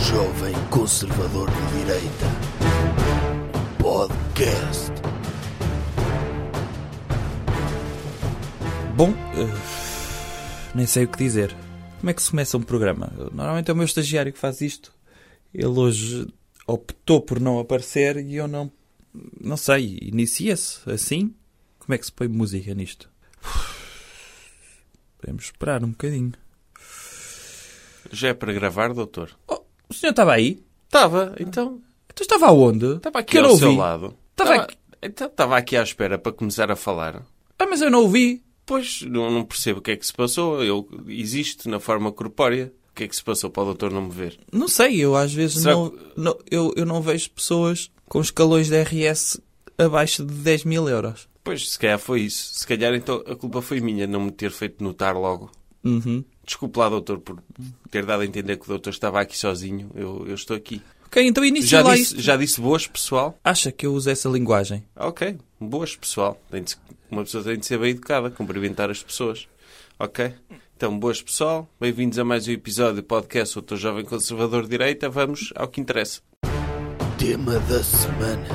Jovem Conservador de Direita. Podcast. Bom, eh, nem sei o que dizer. Como é que se começa um programa? Normalmente é o meu estagiário que faz isto. Ele hoje optou por não aparecer e eu não. Não sei. Inicia-se assim? Como é que se põe música nisto? Podemos esperar um bocadinho. Já é para gravar, doutor? Oh, o senhor estava aí? Estava, então. Tu estava aonde? Estava aqui Que eu ao não seu ouvi. lado. Estava aqui. Então estava aqui à espera para começar a falar. Ah, mas eu não ouvi. Pois, não, não percebo o que é que se passou. Eu existo na forma corpórea. O que é que se passou para o doutor não me ver? Não sei, eu às vezes Será não, não- eu, eu não vejo pessoas com escalões de RS abaixo de 10 mil euros. Pois, se calhar foi isso. Se calhar então a culpa foi minha não me ter feito notar logo. Uhum. Desculpe lá, doutor, por ter dado a entender que o doutor estava aqui sozinho. Eu, eu estou aqui. Ok, então inicia Já lá disse, isso. já disse boas, pessoal? Acha que eu uso essa linguagem? Ah, Ok, boas, pessoal. Tem de se- uma pessoa tem de ser bem educada, cumprimentar as pessoas. Ok? Então, boas, pessoal. Bem-vindos a mais um episódio do podcast Doutor Jovem Conservador de Direita. Vamos ao que interessa. Tema da semana.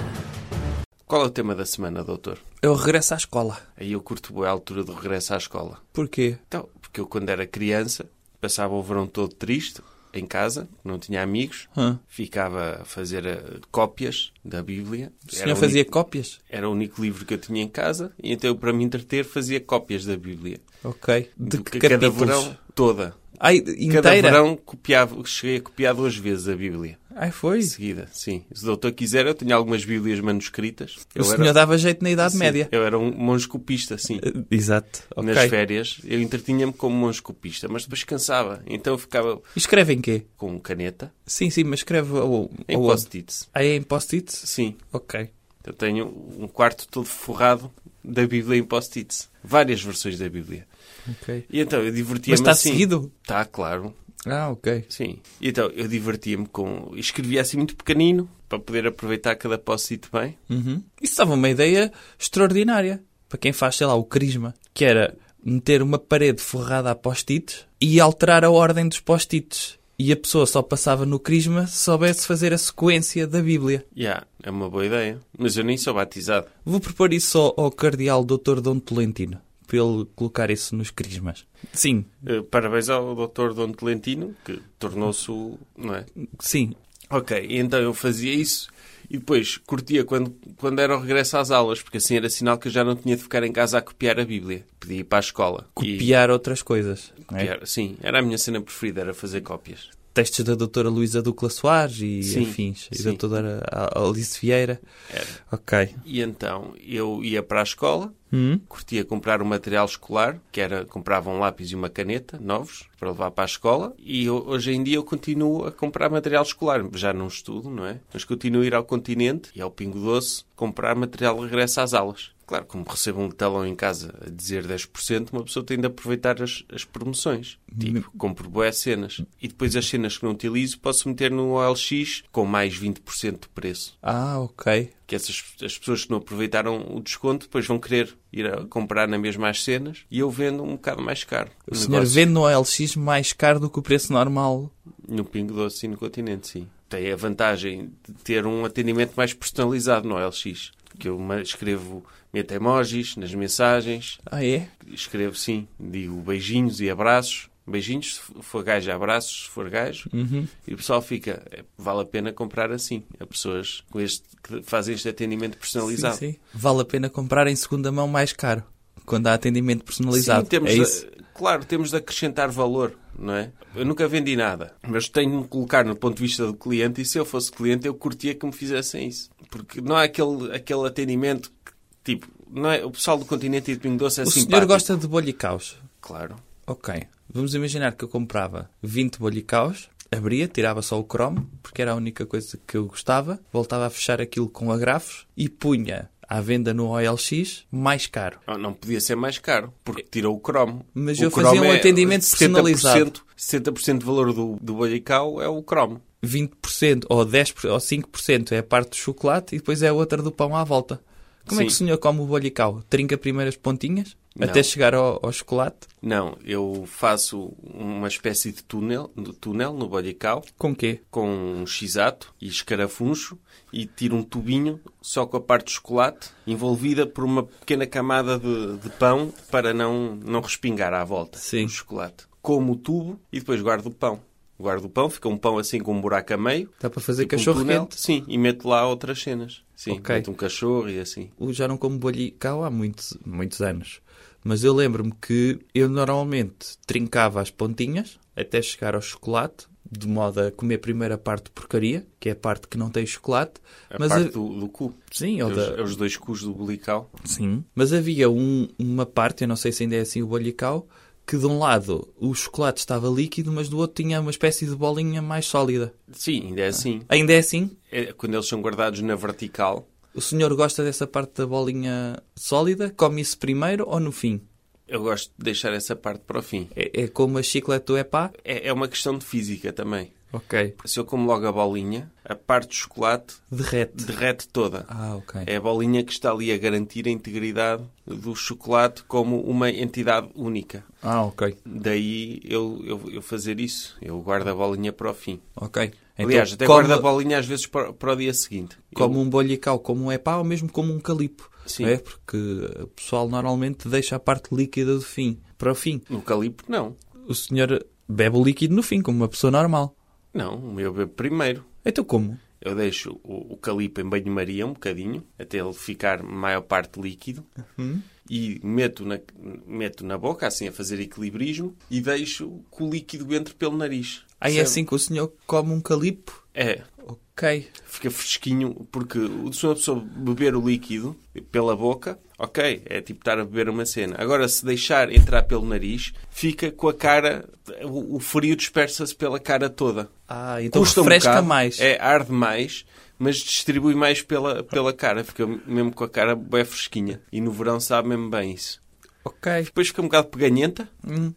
Qual é o tema da semana, doutor? Eu regresso à escola. Aí eu curto bué a altura do regresso à escola. Porquê? Então, porque eu quando era criança, passava o verão todo triste, em casa, não tinha amigos, Hã? ficava a fazer eh, cópias da Bíblia. O senhor fazia cópias? Era o único livro que eu tinha em casa, e então eu, para me entreter, fazia cópias da Bíblia. Ok. De que Porque cada capítulos? é verão, toda. Ai, Cada inteira? verão copiava, cheguei a copiar duas vezes a Bíblia. Ai, foi? Em seguida, sim. Se o doutor quiser, eu tenho algumas Bíblias manuscritas. o senhor dava jeito na Idade sim, Média. Eu era um monge copista, sim. Eh, Exato. Ok. Nas férias, eu entretinha-me como monge copista, mas depois cansava. Então eu ficava Escreve em quê? com caneta, Sim, sim, mas escreve ao... em ao- post-its. Ah, é em post-its? Sim, Ok. eu tenho um quarto todo forrado da Bíblia em post-its. Várias versões da Bíblia. Ok. E então eu Mas divertia-me está assim. seguido? Está, claro. Ah, ok. Sim. E então eu divertia-me com... Escrevia assim muito pequenino, para poder aproveitar cada post-it bem. Uhum. Isso dava uma ideia extraordinária para quem faz, sei lá, o crisma, que era meter uma parede forrada a post-its e alterar a ordem dos post-its. E a pessoa só passava no crisma se soubesse fazer a sequência da Bíblia. Yeah, é uma boa ideia. Mas eu nem sou batizado. Vou propor isso ao, ao cardeal Dr. Dom Tolentino, para ele colocar isso nos crismas. Sim, Eh, Parabéns ao Dr. Dom Tolentino, que tornou-se o... Não é? sim. Ok, então eu fazia isso e depois curtia quando, quando era o regresso às aulas, porque assim era sinal que eu já não tinha de ficar em casa a copiar a Bíblia. Podia ir para a escola. E- Copiar outras coisas. não é? copiar, Sim, era a minha cena preferida, era fazer cópias. Textos da doutora Luísa Ducla Soares e Sim, afins. E sim. É. da doutora A- Alice Vieira. Era. Ok. E então eu ia para a escola, Hum? curtia comprar o material escolar, que era, comprava um lápis e uma caneta, novos, para levar para a escola. E ho- hoje em dia eu continuo a comprar material escolar. Já não estudo, não é? Mas continuo a ir ao continente e ao Pingo Doce comprar material de regresso às aulas. Claro, como recebo um talão em casa a dizer 10%, uma pessoa tem de aproveitar as, as promoções. Hum. Tipo, compro boas cenas. E depois as cenas que não utilizo posso meter no OLX com mais 20% do preço Ah, ok. que essas as pessoas que não aproveitaram o desconto depois vão querer ir a comprar na mesma as cenas e eu vendo um bocado mais caro. O senhor vende no OLX mais caro do que o preço normal. No Pingo Doce e no Continente, sim. Tem a vantagem de ter um atendimento mais personalizado no OLX. Que eu ma- escrevo, meto emojis nas mensagens, Ah, é? escrevo sim, digo beijinhos e abraços. Beijinhos, se for gajo, abraços, se for gajo. Uhum. E o pessoal fica, "É, vale a pena comprar assim. A pessoas com este, que fazem este atendimento personalizado. Sim, sim. Vale a pena comprar em segunda mão mais caro. Quando há atendimento personalizado. Sim, temos eh, é de- isso? claro, temos de acrescentar valor, não é? Eu nunca vendi nada, mas tenho de me colocar no ponto de vista do cliente e se eu fosse cliente eu curtia que me fizessem isso. Porque não há aquele, aquele atendimento que, tipo, não é? o pessoal do continente e de Pingo Doce é o simpático. senhor gosta de bolha e caos. Claro. Ok. Vamos imaginar que eu comprava 20 bolha e caos, abria, tirava só o cromo, porque era a única coisa que eu gostava, voltava a fechar aquilo com agrafos e punha à venda no OLX mais caro. Não- Não podia ser mais caro, porque tirou o cromo. Mas o eu fazia cromo um é atendimento personalizado. 70% do valor do, do bolicau é o cromo. 20% ou 10% ou 5% é a parte do chocolate e depois é a outra do pão à volta. Como é que o Sim. senhor come o bolhicau? Trinca primeiro as pontinhas? Não. Até chegar ao, ao chocolate. Não, eu faço uma espécie de túnel, de túnel no bodical Com quê? com um x-ato e escarafuncho e tiro um tubinho só com a parte de chocolate envolvida por uma pequena camada de, de pão para não, não respingar à volta Sim. o chocolate. Como o tubo e depois guardo o pão. Guardo o pão, fica um pão assim com um buraco a meio. Dá para fazer tipo um cachorro túnel. quente? Sim, e meto lá outras cenas. Sim, Ok. meto um cachorro e assim. Eu já não como bolical há muitos, muitos anos. Mas eu lembro-me que eu normalmente trincava as pontinhas até chegar ao chocolate, de modo a comer primeiro a parte de porcaria, que é a parte que não tem chocolate. A mas parte a- do, do cu. Sim, É ou os, da- é os dois cus do bulical. Sim. Mas havia um- uma parte, eu não sei se ainda é assim o bolhicau, que de um lado o chocolate estava líquido, mas do outro tinha uma espécie de bolinha mais sólida. Sim, ainda é assim. Ainda é assim? É quando eles são guardados na vertical, O senhor gosta dessa parte da bolinha sólida? Come isso primeiro ou no fim? eu gosto de deixar essa parte para o fim. É, é como a chiclete do Epá? É, é uma questão de física também. Ok. Se eu como logo a bolinha, a parte do chocolate Derrete. derrete toda. Ah, ok. É a bolinha que está ali a garantir a integridade do chocolate como uma entidade única. Ah, ok. Daí eu, eu, eu fazer isso. Eu guardo a bolinha para o fim. Ok. Então, Aliás, até come, guardo a bolinha às vezes para, para o dia seguinte. Como um bolhicau, como um Epá ou mesmo como um calipo. Sim. não É porque o pessoal normalmente deixa a parte líquida do fim para o fim. Eu- no calipo, não. o senhor bebe o líquido no fim, como uma pessoa normal. Não, eu bebo primeiro. Então como? Eu deixo o, o calipo em banho-maria um bocadinho, até ele ficar maior parte líquido, Hum? e meto na, meto na boca, assim a fazer equilibrismo, e deixo que o líquido entre pelo nariz. Aí é Percebe? assim que o senhor come um calipo? É, Ok. fica fresquinho, porque se uma pessoa beber o líquido pela boca, ok, é tipo estar a beber uma cena. Agora, se deixar entrar pelo nariz, fica com a cara, o, o frio dispersa-se pela cara toda. Ah, então Custa um refresca bocado, mais. É, arde mais, mas distribui mais pela, pela cara. Fica mesmo com a cara bem fresquinha. E no verão sabe mesmo bem isso. Ok. Depois fica um bocado peganhenta, Hum.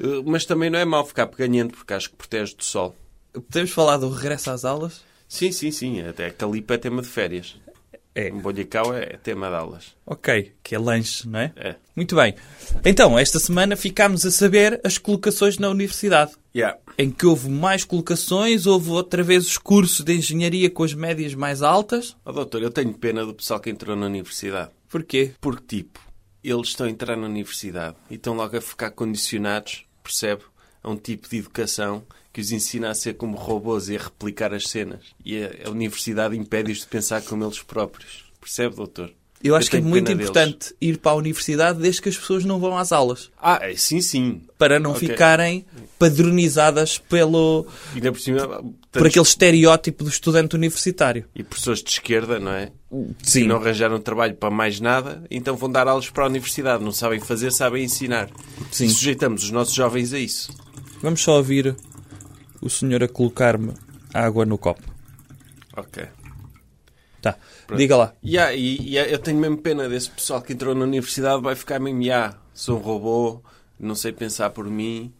eh, mas também não é mau ficar peganhento, porque acho que protege do sol. Podemos falar do regresso às aulas? Sim, sim, sim. Até calipa é tema de férias. É. Um bolhacau é tema de aulas. Ok. Que é lanche, não é? É. Muito bem. Então, esta semana ficámos a saber as colocações na universidade. Yeah. Em que houve mais colocações, houve outra vez os cursos de engenharia com as médias mais altas. Ó, doutor, eu tenho pena do pessoal que entrou na universidade. Porquê? Porque, tipo, eles estão a entrar na universidade e estão logo a ficar condicionados, percebe? A um tipo de educação que os ensina a ser como robôs e a replicar as cenas. E a, a universidade impede-os de pensar como eles próprios. Percebe, doutor? Eu acho que é tenho muito pena deles. importante ir para a universidade desde que as pessoas não vão às aulas. Ah, é, sim, sim. para não Ok. ficarem padronizadas pelo, E ainda por cima, por aquele estereótipo do estudante universitário. e pessoas de esquerda, não é? Sim. Que não arranjaram trabalho para mais nada, então vão dar aulas para a universidade. Não sabem fazer, sabem ensinar. Sim. E sujeitamos os nossos jovens a isso. Vamos só ouvir o senhor a colocar-me água no copo. Ok. Tá, diga lá. Ya, e, e é, eu tenho mesmo pena desse pessoal que entrou na universidade, vai ficar mesmo, ya, sou um robô, não sei pensar por mim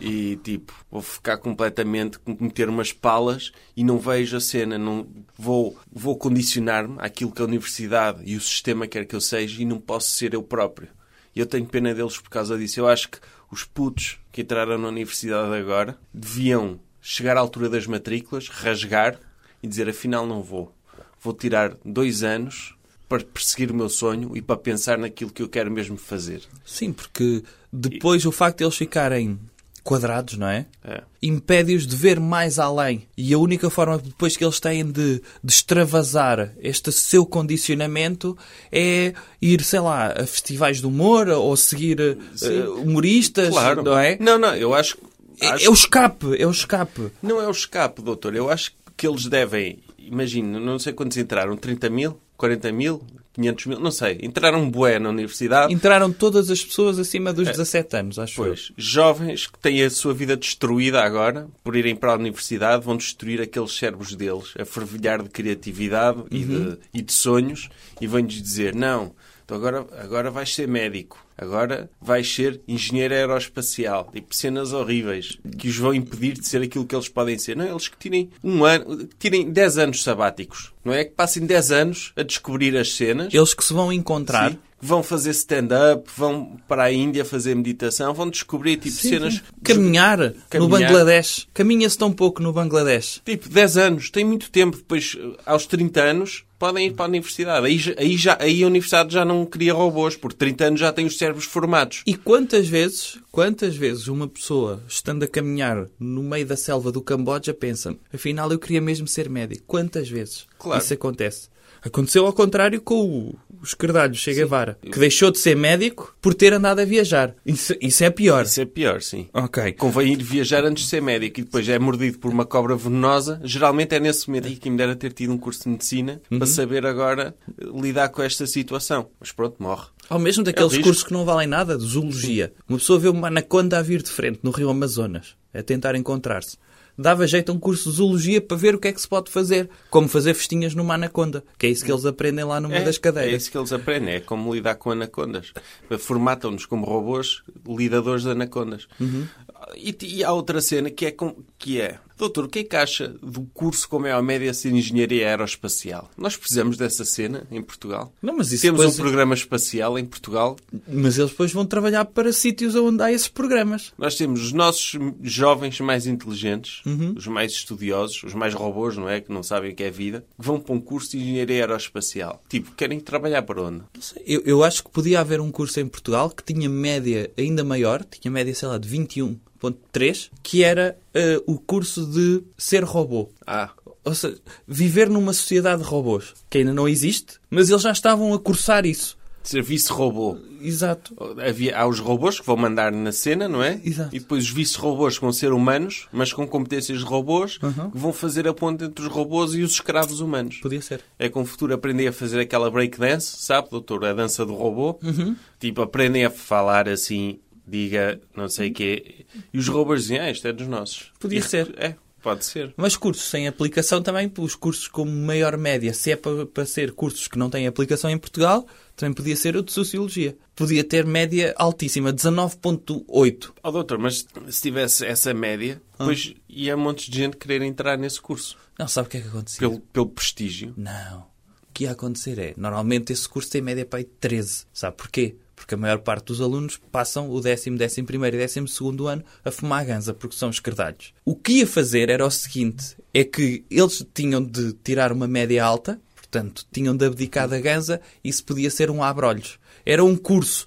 e tipo, vou ficar completamente, meter umas palas e não vejo a cena, não vou, vou condicionar-me àquilo que a universidade e o sistema quer que eu seja e não posso ser eu próprio. E eu tenho pena deles por causa disso. Eu acho que os putos que entraram na universidade agora deviam chegar à altura das matrículas, rasgar e dizer afinal não vou vou tirar dois anos para perseguir o meu sonho e para pensar naquilo que eu quero mesmo fazer. Sim, porque depois o facto de eles ficarem quadrados, não é? É. Impede-os de ver mais além. E a única forma depois que eles têm de, de extravasar este seu condicionamento é ir, sei lá, a festivais de humor ou seguir eh, humoristas, Claro. Hum. não é? Não, não, eu acho, É, acho é o escape, é o escape. Não é o escape, doutor. Eu acho que eles devem. Imagino, não sei quantos entraram. 30 mil? 40 mil? 500 mil? Não sei. Entraram bué na universidade. Entraram todas as pessoas acima dos 17 anos, acho É. Pois, jovens que têm a sua vida destruída agora por irem para a universidade vão destruir aqueles cérebros deles, a fervilhar de criatividade e, de, e de sonhos, e vão-lhes dizer: não, tu agora, agora vais ser médico, agora vais ser engenheiro aeroespacial. E cenas horríveis que os vão impedir de ser aquilo que eles podem ser. Não, eles que tirem um ano, que tirem 10 anos sabáticos, não é? Que passem 10 anos a descobrir as cenas eu. Eles que se vão encontrar Sim, vão fazer stand-up, vão para a Índia fazer meditação, vão descobrir tipo Sim, cenas. sim. Caminhar, no Caminhar. Bangladesh. Caminha-se tão pouco no Bangladesh. Tipo, 10 anos, tem muito tempo. Depois, aos 30 anos, podem ir para a universidade. Aí, já- aí, já, aí a universidade já não cria robôs, porque 30 anos já têm os cérebros formados. E quantas vezes, quantas vezes uma pessoa, estando a caminhar no meio da selva do Camboja, pensa afinal eu queria mesmo ser médico. Quantas vezes Claro. isso acontece? Aconteceu ao contrário com o, os cardalhos Che Guevara, que deixou de ser médico por ter andado a viajar. Isso, isso é pior. Isso é pior, sim. Ok. Convém ir viajar antes de ser médico e depois é mordido por uma cobra venenosa. Geralmente é nesse momento aí que me dera ter tido um curso de medicina Uhum. para saber agora eh, lidar com esta situação. Mas pronto, morre. Ou mesmo daqueles É risco. cursos que não valem nada, de zoologia. Uma pessoa vê uma anaconda a vir de frente no rio Amazonas, a tentar encontrar-se. Dava jeito a um curso de zoologia para ver o que é que se pode fazer. Como fazer festinhas numa anaconda. Que é isso que eles aprendem lá numa É, das É cadeiras. isso que eles aprendem, é como lidar com anacondas. Formatam-nos como robôs lidadores de anacondas. Uhum. E, t- e há outra cena que é, com, que é... Doutor, o que é que acha do curso como é a média de engenharia aeroespacial? Nós precisamos dessa cena em Portugal? Não, mas isso Temos depois- um programa espacial em Portugal. Mas eles depois vão trabalhar para sítios onde há esses programas. Nós temos os nossos jovens mais inteligentes, Uhum. os mais estudiosos, os mais robôs, não é? Que não sabem o que é vida, que vão para um curso de engenharia aeroespacial. Tipo, querem trabalhar para onde? Não sei, Eu, eu acho que podia haver um curso em Portugal que tinha média ainda maior, tinha média, sei lá, de 21.3, que era eh, o curso de ser robô. Ah, Ou seja, viver numa sociedade de robôs, que ainda não existe, mas eles já estavam a cursar isso. serviço robô. Exato. Havia, há os robôs que vão mandar na cena, não é? Exato. E depois os vice-robôs que vão ser humanos, mas com competências de robôs, Uhum. que vão fazer a ponte entre os robôs e os escravos humanos. Podia ser. É com o futuro aprender a fazer aquela breakdance, sabe, doutor? A dança do robô. Uhum. Tipo, aprendem a falar assim, diga não sei o quê. E os robôs dizem, ah, isto é dos nossos. Podia Isto- ser. É, pode ser. Mas cursos sem aplicação também, os cursos com maior média, se é para, para ser cursos que não têm aplicação em Portugal, também podia ser o de Sociologia. Podia ter média altíssima, 19.8. Ó Oh, doutor, mas se tivesse essa média, Ah. depois ia um monte de gente querer entrar nesse curso. Não sabe o que é que acontecia? Pelo, pelo prestígio. Não. O que ia acontecer é, normalmente esse curso tem média para aí de 13. Sabe porquê? Porque a maior parte dos alunos passam o décimo, décimo primeiro e décimo segundo ano a fumar ganza, porque são esquerdalhos. O que ia fazer era o seguinte, é que eles tinham de tirar uma média alta, portanto, tinham de abdicar da ganza, e isso podia ser um abrolhos. Era um curso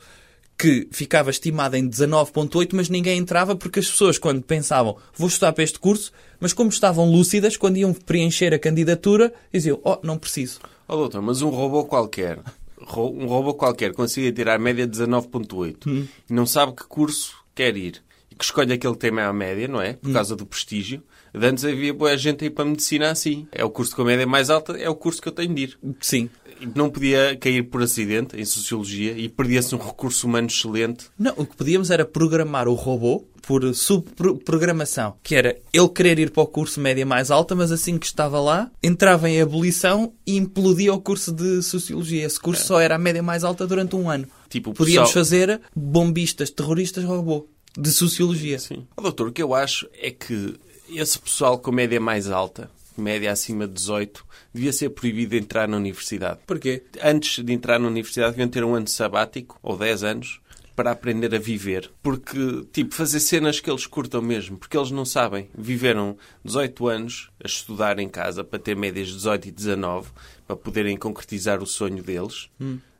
que ficava estimada em 19.8, mas ninguém entrava porque as pessoas, quando pensavam vou estudar para este curso, mas como estavam lúcidas, quando iam preencher a candidatura, diziam, oh, não preciso. Ó doutor, mas um robô qualquer, ro- um robô qualquer consiga tirar a média 19.8 e não sabe que curso quer ir e que escolhe aquele que tem maior média, não é? Por causa do prestígio. De antes havia boa gente a ir para a medicina assim. É o curso com a média mais alta, é o curso que eu tenho de ir. Sim. E Não podia cair por acidente em sociologia e perdia-se um recurso humano excelente. Não, o que podíamos era programar o robô por subprogramação, que era ele querer ir para o curso média mais alta, mas assim que estava lá, entrava em abolição e implodia o curso de Sociologia. Esse curso só era a média mais alta durante um ano. É. Tipo, o Podíamos pessoal- fazer bombistas, terroristas, robô. De Sociologia. Sim. Ó, doutor, o que eu acho é que esse pessoal com média mais alta, média acima de 18, devia ser proibido de entrar na universidade. Porquê? antes de entrar na universidade deviam ter um ano sabático, ou 10 anos, para aprender a viver. Porque, tipo, fazer cenas que eles curtam mesmo, porque eles não sabem. Viveram 18 anos a estudar em casa para ter médias de 18 e 19, para poderem concretizar o sonho deles.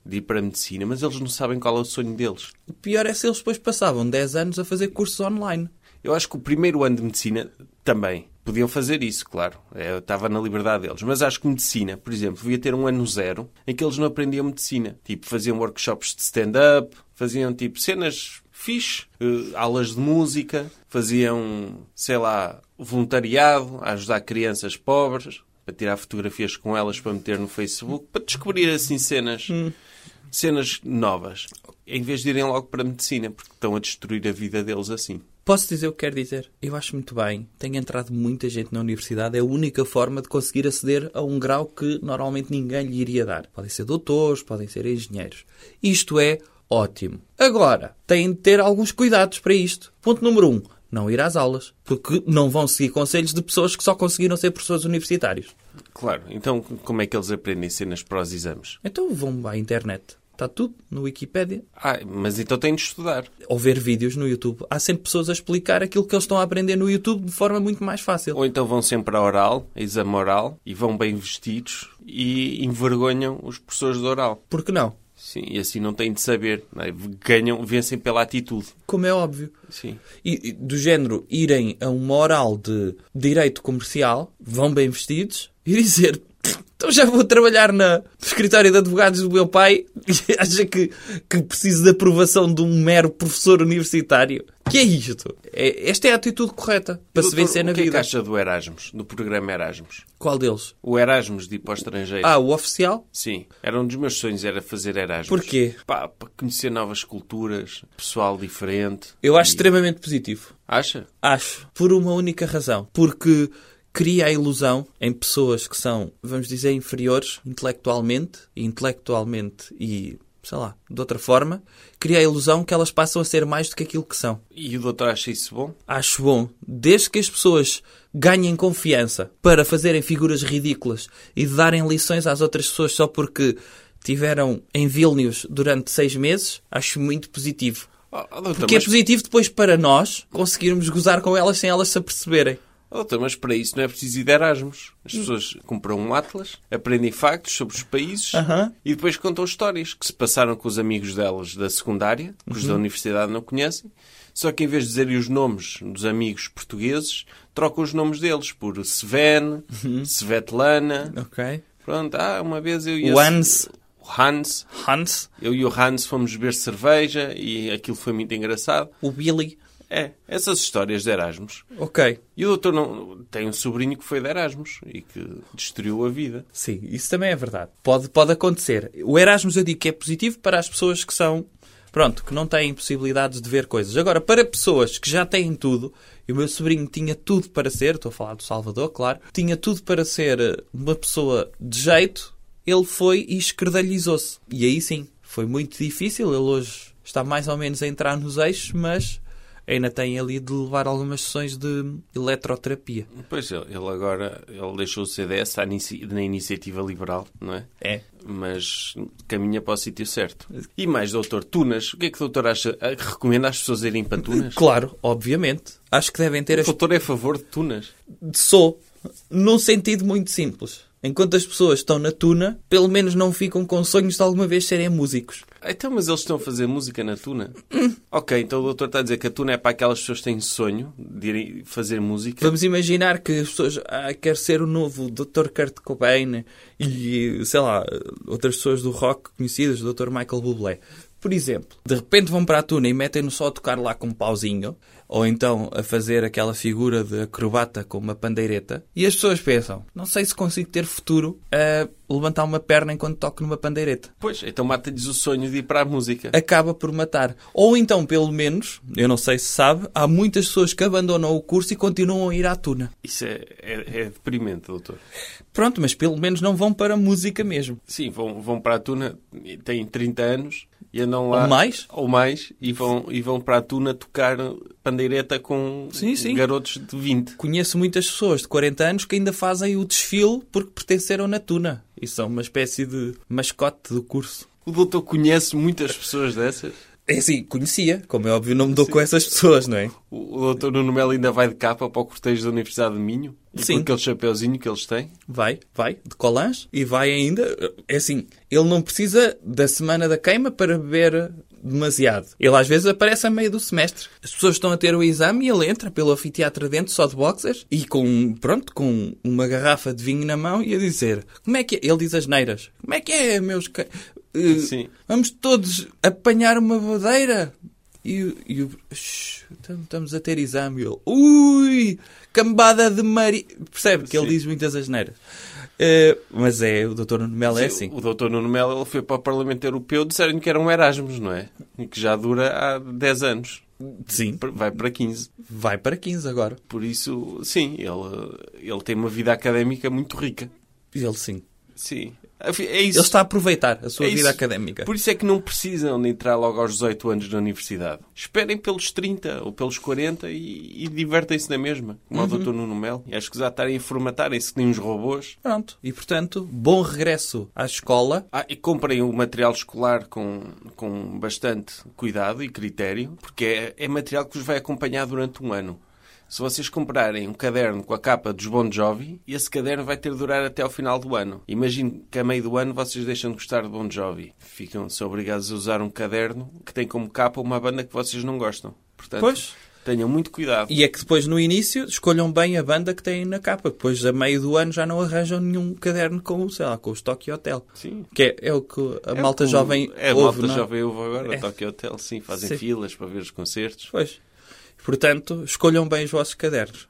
De ir para a medicina, mas eles não sabem qual é o sonho deles. O pior é se eles depois passavam 10 anos a fazer cursos online. Eu acho que o primeiro ano de medicina também. Podiam fazer isso, claro. É, Eu estava na liberdade deles. Mas acho que medicina, por exemplo, devia ter um ano zero em que eles não aprendiam medicina. Tipo, faziam workshops de stand-up, faziam tipo cenas fixe, eh, aulas de música, faziam, sei lá, voluntariado, a ajudar crianças pobres, para tirar fotografias com elas para meter no Facebook, para descobrir assim cenas cenas novas, em vez de irem logo para a medicina, porque estão a destruir a vida deles assim. Posso dizer o que quero dizer? Eu acho muito bem. Tem entrado muita gente na universidade. É a única forma de conseguir aceder a um grau que normalmente ninguém lhe iria dar. Podem ser doutores, podem ser engenheiros. Isto é ótimo. Agora, têm de ter alguns cuidados para isto. Ponto número 1. Um, não ir às aulas. Porque não vão seguir conselhos de pessoas que só conseguiram ser professores universitários. Claro, então como é que eles aprendem cenas para os exames? Então vão à internet. Está tudo no Wikipédia. Ah, mas então tenho de estudar. Ou ver vídeos no YouTube. Há sempre pessoas a explicar aquilo que eles estão a aprender no YouTube de forma muito mais fácil. Ou então vão sempre a oral, a exame oral, e vão bem vestidos e envergonham os professores de oral. Por que não? Sim, e assim não têm de saber. não é? Ganham, vencem pela atitude. Como é óbvio. Sim. E, e do género irem a uma oral de direito comercial, vão bem vestidos, e dizer então já vou trabalhar na, no escritório de advogados do meu pai e acha que, que preciso de aprovação de um mero professor universitário. Que é isto? É- esta é a atitude correta para se Doutor, vencer na o que é que vida. acha do Erasmus, do programa Erasmus? Qual deles? O Erasmus de ir para o estrangeiro. Ah, o oficial? Sim, era um dos meus sonhos, era fazer Erasmus. Porquê? Pá, para conhecer novas culturas, pessoal diferente. Eu acho E- extremamente positivo. Acha? Acho. Por uma única razão. Porque cria a ilusão em pessoas que são, vamos dizer, inferiores intelectualmente, e intelectualmente e, sei lá, de outra forma, cria a ilusão que elas passam a ser mais do que aquilo que são. E o doutor acha isso bom? Acho bom, desde que as pessoas ganhem confiança para fazerem figuras ridículas e darem lições às outras pessoas só porque tiveram em Vilnius durante seis meses, acho muito positivo. Oh, oh, doutor, Porque é mas, positivo depois para nós conseguirmos gozar com elas sem elas se aperceberem. oh, doutor, mas para isso não é preciso ir de Erasmus. As Hum. pessoas compram um atlas, aprendem factos sobre os países Aham. e depois contam histórias que se passaram com os amigos delas da secundária, que os da Uhum. universidade não conhecem. Só que em vez de dizerem os nomes dos amigos portugueses, trocam os nomes deles por Sven, Uhum. Svetlana. Ok. Pronto, ah, uma vez eu e O esse- Hans. o Hans, Hans, eu e o Hans fomos beber cerveja e aquilo foi muito engraçado. o Billy. É, essas histórias de Erasmus. Ok. E o doutor não, tem um sobrinho que foi de Erasmus e que destruiu a vida. Sim, isso também é verdade. Pode, pode acontecer. O Erasmus eu digo que é positivo para as pessoas que são. Pronto, que não têm possibilidades de ver coisas. Agora, para pessoas que já têm tudo, e o meu sobrinho tinha tudo para ser, estou a falar do Salvador, claro, tinha tudo para ser eh, uma pessoa de jeito, ele foi e escredalhizou-se. E aí sim, foi muito difícil. Ele hoje está mais ou menos a entrar nos eixos, mas ainda tem ali de levar algumas sessões de eletroterapia. Pois ele, ele agora ele deixou o CDS está na, inici- na iniciativa liberal, não é? É. Mas caminha para o sítio certo. E mais, doutor, Tunas. O que é que o doutor acha? ah, Recomenda às pessoas irem para Tunas? Claro, obviamente. Acho que devem ter O as doutor é a favor de Tunas. sou num sentido muito simples. Enquanto as pessoas estão na tuna, pelo menos não ficam com sonhos de alguma vez serem músicos. Ah, Então, mas eles estão a fazer música na tuna? ok, então o doutor está a dizer que a tuna é para aquelas pessoas que têm sonho de irem fazer música. Vamos imaginar que as pessoas ah, quer ser o novo Dr. Kurt Cobain e, sei lá, outras pessoas do rock conhecidas, o Dr. Michael Bublé. Por exemplo, de repente vão para a tuna e metem-no só a tocar lá com um pauzinho, ou então a fazer aquela figura de acrobata com uma pandeireta, e as pessoas pensam, não sei se consigo ter futuro a levantar uma perna enquanto toco numa pandeireta. Pois, então mata-lhes o sonho de ir para a música. acaba por matar. Ou então, pelo menos, eu não sei se sabe, há muitas pessoas que abandonam o curso e continuam a ir à tuna. Isso é, é- é deprimente, doutor. Pronto, mas pelo menos não vão para a música mesmo. Sim, vão, vão para a tuna, e têm 30 anos e andam lá. Ou mais. Ou mais, e vão, e vão para a tuna tocar pandeireta com Sim, sim. garotos de 20. Conheço muitas pessoas de 40 anos que ainda fazem o desfile porque pertenceram na tuna. E são uma espécie de mascote do curso. O doutor conhece muitas pessoas dessas. É assim, conhecia. Como é óbvio, não me dou com essas pessoas, não é? O, o doutor Nuno Melo ainda vai de capa para o cortejo da Universidade de Minho. E Sim. Com aquele chapeuzinho que eles têm. Vai, vai, de colãs e vai ainda. É assim, ele não precisa da semana da queima para beber demasiado. Ele às vezes aparece a meio do semestre. As pessoas estão a ter o exame e ele entra pelo anfiteatro dentro só de boxers e com, pronto, com uma garrafa de vinho na mão e a dizer: Como é que é? Ele diz as neiras: Como é que é, meus. ca- eh, Sim. Vamos todos apanhar uma madeira. E, o- e o. "Shh, tam- Estamos a ter exame. E ele. Ui! Cambada de mari. Percebe que ele Sim. diz muitas asneiras. Eh, mas é, o Dr. Nuno Melo é assim. O doutor Nuno Melo ele foi para o Parlamento Europeu, disseram que era um Erasmus, não é? E que já dura há 10 anos. Sim. Vai para 15. Vai para 15 agora. Por isso, sim, ele, ele tem uma vida académica muito rica. Ele sim. Sim. É Ele isso. está a aproveitar a sua É vida isso. académica. Por isso é que não precisam de entrar logo aos 18 anos na universidade. Esperem pelos 30 ou pelos 40 e, e divertem-se na mesma. Como o Dr. Nuno Melo. E acho que já estarem a formatarem-se que nem uns robôs. Pronto. E portanto, bom regresso à escola. Ah, e comprem o material escolar com, com bastante cuidado e critério, porque é, é material que vos vai acompanhar durante um ano. Se vocês comprarem um caderno com a capa dos Bon Jovi, esse caderno vai ter de durar até ao final do ano. Imagino que a meio do ano vocês deixam de gostar de Bon Jovi. Ficam só obrigados a usar um caderno que tem como capa uma banda que vocês não gostam. Portanto, Pois. tenham muito cuidado. E é que depois, no início, escolham bem a banda que têm na capa. Depois, a meio do ano, já não arranjam nenhum caderno com, sei lá, com os Tokyo Hotel. Sim. Que é, é o que a É malta o- jovem é, a ouve, malta não é? jovem ouve agora, É. Tokyo Hotel, sim, fazem Sim. filas para ver os concertos. Pois. Portanto, escolham bem os vossos cadernos.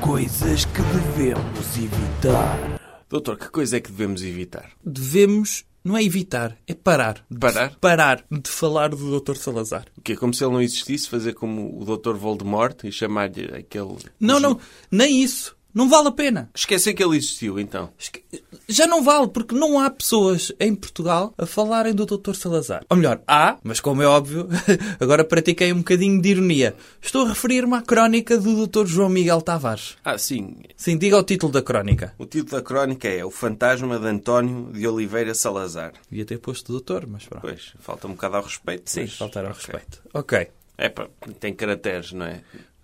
Coisas que devemos evitar. Doutor, que coisa é que devemos evitar? Devemos, não é evitar, é parar. De- Parar? parar de falar do Dr. Salazar. O quê? Como se ele não existisse, fazer como o Dr. Voldemort e chamar-lhe aquele... Não, não, nem isso. Não vale a pena. Esquecer que ele existiu, então. Esque- Já não vale, porque não há pessoas em Portugal a falarem do Dr. Salazar. Ou melhor, há, mas como é óbvio, agora pratiquei um bocadinho de ironia. Estou a referir-me à crónica do Dr. João Miguel Tavares. Ah, sim. Sim, diga o título da crónica. O título da crónica é O Fantasma de António de Oliveira Salazar. Devia ter posto doutor, mas pronto. Pois, falta um bocado ao respeito. Sim, mas- faltar ao ok. respeito. Ok. É, pá, tem caracteres, não é?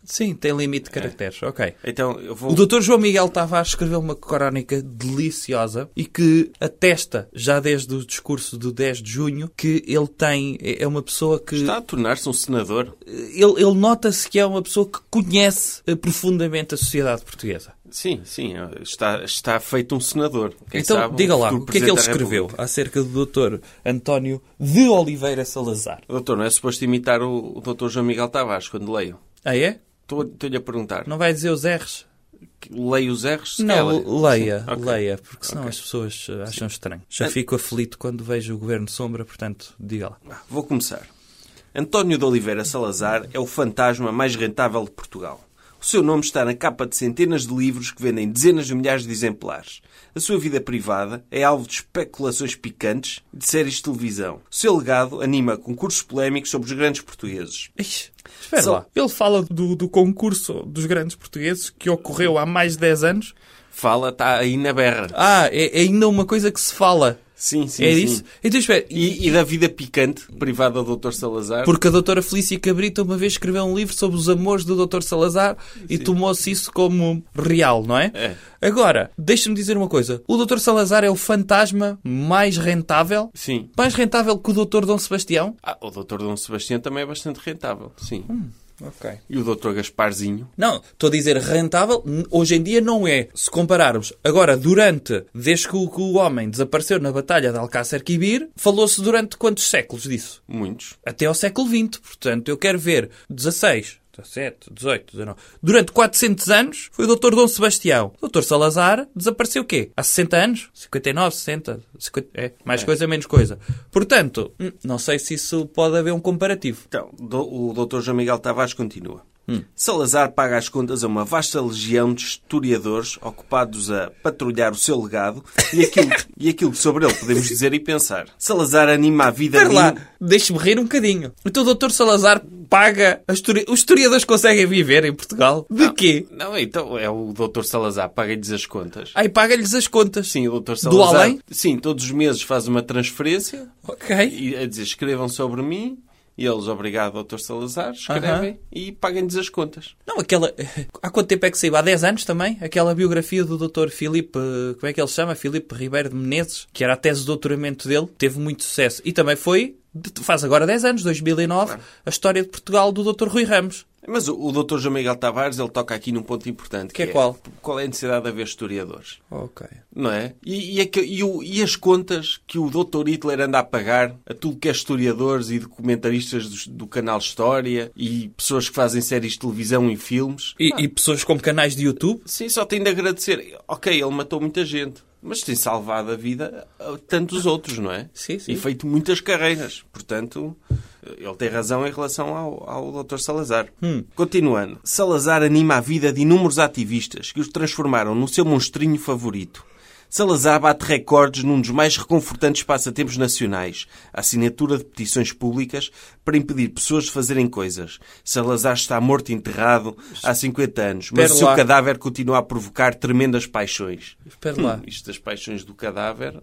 Sim, tem limite de caracteres. Ok. Então, eu vou... O Dr. João Miguel Tavares escreveu uma crónica deliciosa e que atesta, já desde o discurso do 10 de junho, que ele tem. É uma pessoa que. Está a tornar-se um senador. Ele, ele nota-se que é uma pessoa que conhece eh, profundamente a sociedade portuguesa. Sim, sim. Está, está feito um senador. Quem então, sabe, diga lá, futuro o que é que ele Presidente da escreveu República. acerca do Dr. António de Oliveira Salazar? Doutor, não é suposto imitar o, o Dr. João Miguel Tavares quando leio? Ah, é? Estou- Estou-lhe a perguntar. Não vai dizer os R's? Leio os erros? se Não, calhar. leia, Sim, ok. leia, porque senão as pessoas eh, acham estranho. Já fico aflito quando vejo o Governo Sombra, portanto, diga lá. Ah, Vou começar. António de Oliveira Salazar é o fantasma mais rentável de Portugal. O seu nome está na capa de centenas de livros que vendem dezenas de milhares de exemplares. A sua vida privada é alvo de especulações picantes e de séries de televisão. O seu legado anima concursos polémicos sobre os grandes portugueses. Ixi, espera Só- lá. Ele fala do, do concurso dos grandes portugueses que ocorreu há mais de 10 anos. Fala, está aí na berra. Ah, é, é ainda uma coisa que se fala. Sim, sim, é sim. isso? Então espera. e- E, e da vida picante privada do Dr. Salazar. Porque a doutora Felícia Cabrita uma vez escreveu um livro sobre os amores do Dr. Salazar e tomou-se isso como real, não é? É. Agora, deixa-me dizer uma coisa. O Dr. Salazar é o fantasma mais rentável? Sim. Mais rentável que o Dr. Dom Sebastião? Ah, o Dr. Dom Sebastião também é bastante rentável. Sim. Hum. Ok. E o Dr. Gasparzinho. Não, estou a dizer rentável, n- hoje em dia não é. Se compararmos, agora, durante, desde que o, que o homem desapareceu na Batalha de Alcácer Quibir, falou-se durante quantos séculos disso? Muitos. Até ao século XX. Portanto, eu quero ver 16, 17, 18, 19. Durante 400 anos foi o Dr. Dom Sebastião. O Dr. Salazar desapareceu o quê? Há 60 anos? 59, 60, 50, é, mais coisa, menos coisa. Portanto, hum, não sei se isso pode haver um comparativo. Então, do- o Dr. João Miguel Tavares continua. Salazar paga as contas a uma vasta legião de historiadores ocupados a patrulhar o seu legado e aquilo, e aquilo que sobre ele podemos dizer e pensar. Salazar anima a vida Espera lá, de mim- deixe-me rir um bocadinho. Então o Dr. Salazar paga... a histori- Os historiadores conseguem viver em Portugal? De quê? Não, então é o Dr. Salazar, paga-lhes as contas. Aí paga-lhes as contas. Sim, o Dr. Salazar. além? Sim, todos os meses faz uma transferência Ok. e, a dizer escrevam sobre mim e eles, obrigado, Dr. Salazar, escrevem e paguem-lhes as contas. Não, aquela. Há quanto tempo é que saiu? Há 10 anos também? Aquela biografia do Dr. Filipe. eh, Como é que ele se chama? Filipe Ribeiro de Menezes, que era a tese de doutoramento dele, teve muito sucesso. E também foi, de- faz agora 10 anos, 2009, a história de Portugal do Dr. Rui Ramos. Mas o, o Dr. João Miguel Tavares, ele toca aqui num ponto importante. Que é qual? Qual é a necessidade de haver historiadores? Ok. Não é? E, e, aque- e o- e as contas que o Dr. Hitler anda a pagar a tudo que é historiadores e documentaristas dos- do, canal História e pessoas que fazem séries de televisão e filmes. E, e pessoas como canais de YouTube? Sim, só tem de agradecer. Ok, ele matou muita gente, mas tem salvado a vida a tantos outros, não é? Sim, sim. E feito muitas carreiras. Portanto, eh, ele tem razão em relação ao, ao Dr. Salazar. Hum. Continuando. Salazar anima a vida de inúmeros ativistas que os transformaram no seu monstrinho favorito. Salazar bate recordes num dos mais reconfortantes passatempos nacionais, a assinatura de petições públicas para impedir pessoas de fazerem coisas. Salazar está morto e enterrado há 50 anos, mas Espera o seu lá. cadáver continua a provocar tremendas paixões. Hum, Espera lá. Isto das paixões do cadáver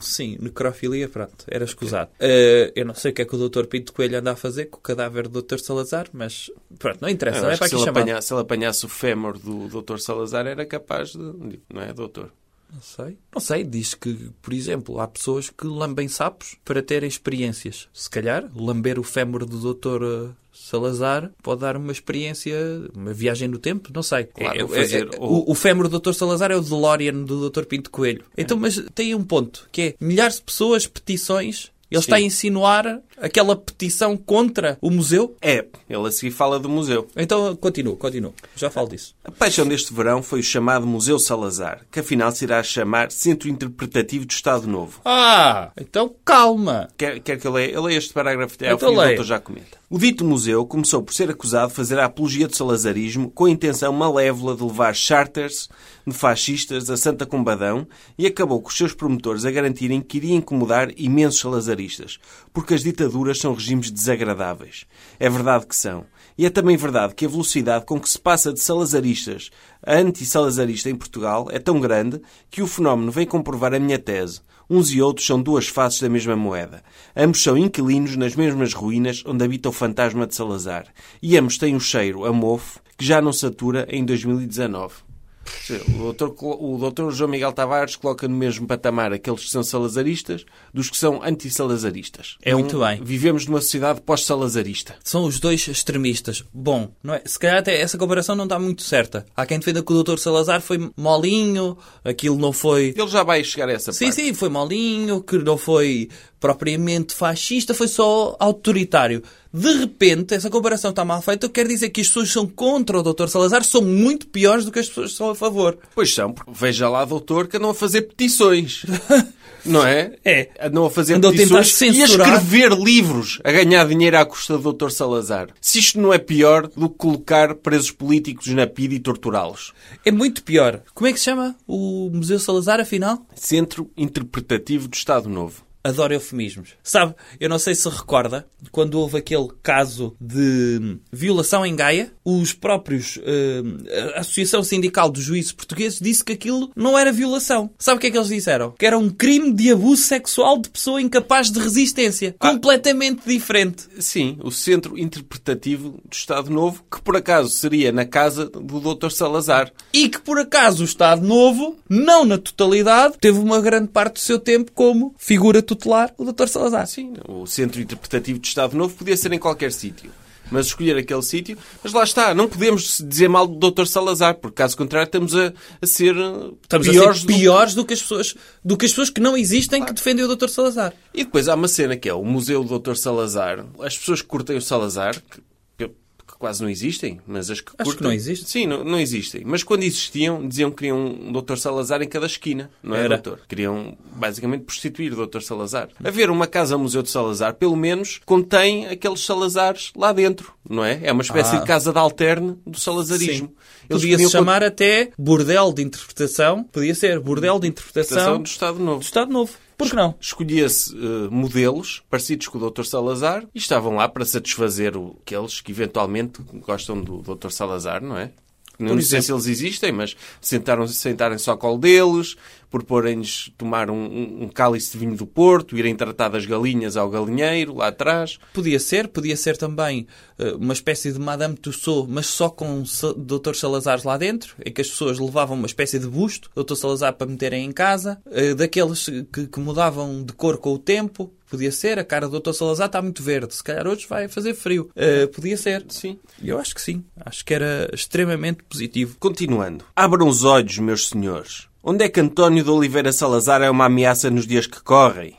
Sim, necrofilia, pronto, era escusado. Eh, eu não sei o que é que o Dr. Pinto Coelho anda a fazer com o cadáver do Dr. Salazar, mas pronto, não interessa, Eu não, é acho para que se aqui ele, chamar. apanhasse, se ele apanhasse o fémur do Dr. Salazar, era capaz de. Não é, doutor? Não sei. Não sei, diz que, por exemplo, há pessoas que lambem sapos para terem experiências. Se calhar, lamber o fémur do Dr. Salazar pode dar uma experiência, uma viagem no tempo, não sei. Claro, É- é- fazer é- o- o, o fémur do Dr. Salazar é o DeLorean do Dr. Pinto Coelho. É. Então, mas tem um ponto, que é milhares de pessoas, petições... Ele Sim. está a insinuar aquela petição contra o museu? É, ele a seguir fala do museu. Então, continuo, continuo. Já falo disso. A paixão deste verão foi o chamado Museu Salazar, que afinal se irá chamar Centro Interpretativo do Estado Novo. Ah, então calma. Quer, quer que eu leia? Eu leio este parágrafo até ao Então fim e o leia. doutor já comenta. O dito museu começou por ser acusado de fazer a apologia do salazarismo com a intenção malévola de levar charters de fascistas a Santa Combadão e acabou com os seus promotores a garantirem que iria incomodar imensos salazaristas, porque as ditaduras são regimes desagradáveis. É verdade que são. E é também verdade que a velocidade com que se passa de salazaristas a anti-salazarista em Portugal é tão grande que o fenómeno vem comprovar a minha tese. Uns e outros são duas faces da mesma moeda. Ambos são inquilinos nas mesmas ruínas onde habita o fantasma de Salazar. E ambos têm um cheiro a mofo que já não satura em 2019. O doutor, o doutor João Miguel Tavares coloca no mesmo patamar aqueles que são salazaristas dos que são anti-salazaristas. Muito um- bem. Vivemos numa sociedade pós-salazarista. São os dois extremistas. Bom, não é? se calhar até essa comparação não está muito certa. Há quem defenda que o Dr. Salazar foi molinho, aquilo não foi. Ele já vai chegar a essa Sim, parte. sim, foi molinho, que não foi propriamente fascista, foi só autoritário. De repente, essa comparação está mal feita. Eu quero dizer que as pessoas que são contra o Dr. Salazar são muito piores do que as pessoas que são a favor. Pois são, porque veja lá, doutor, que andam a fazer petições. Não é? É. Andam a fazer Andam a tentar petições e a censurar. escrever livros a ganhar dinheiro à custa do doutor Salazar. Se isto não é pior do que colocar presos políticos na PID e torturá-los. É muito pior. Como é que se chama o Museu Salazar, afinal? Centro Interpretativo do Estado Novo. Adoro eufemismos. Sabe, eu não sei se recorda, quando houve aquele caso de hum, violação em Gaia, os próprios. hum, a Associação Sindical dos Juízes Portugueses disse que aquilo não era violação. Sabe o que é que eles disseram? Que era um crime de abuso sexual de pessoa incapaz de resistência. Completamente diferente. Sim, o Centro Interpretativo do Estado Novo, que por acaso seria na casa do doutor Salazar. E que por acaso o Estado Novo, não na totalidade, teve uma grande parte do seu tempo como figura tutelar, o Dr. Salazar. Sim, o Centro Interpretativo de Estado Novo podia ser em qualquer sítio. Mas escolher aquele sítio. Mas lá está, não podemos dizer mal do Dr. Salazar, porque caso contrário estamos a, a ser eh, Estamos piores. a ser do- piores do... que as pessoas, do que as pessoas que não existem que defendem o Dr. Salazar. E depois há uma cena que é o Museu do Dr. Salazar. As pessoas que curtem o Salazar, que, que- que quase não existem, mas as que que curtem. não existe. Sim, não, não existem. Mas quando existiam, diziam que queriam um Dr. Salazar em cada esquina, não é, Era. doutor? Queriam basicamente prostituir o Dr. Salazar. Haver uma casa-museu de Salazar, pelo menos, contém aqueles Salazares lá dentro, não é? É uma espécie Ah. de casa de alterne do salazarismo. Sim. Eles Podia-se podiam chamar até bordel de interpretação. Podia ser bordel de interpretação contratação do do Estado Novo. Estado Novo. Por que não? escolhia-se eh, modelos parecidos com o Dr. Salazar e estavam lá para satisfazer o, aqueles que eventualmente gostam do Dr. Salazar, não é? Não Por sei se eles existem, mas sentaram-se sentarem-se ao colo deles, proporem-lhes tomar um, um- um cálice de vinho do Porto, irem tratar das galinhas ao galinheiro lá atrás. Podia ser, podia ser também eh, uma espécie de Madame Tussauds, mas só com o Sa- Dr. Salazar lá dentro, em que as pessoas levavam uma espécie de busto, Dr. Salazar para meterem em casa, eh, daqueles que, que mudavam de cor com o tempo. Podia ser, a cara do Dr. Salazar está muito verde, se calhar hoje vai fazer frio. Eh, podia ser. Sim. Eu acho que sim. Acho que era extremamente positivo. Continuando. Abram os olhos, meus senhores. Onde é que António de Oliveira Salazar é uma ameaça nos dias que correm?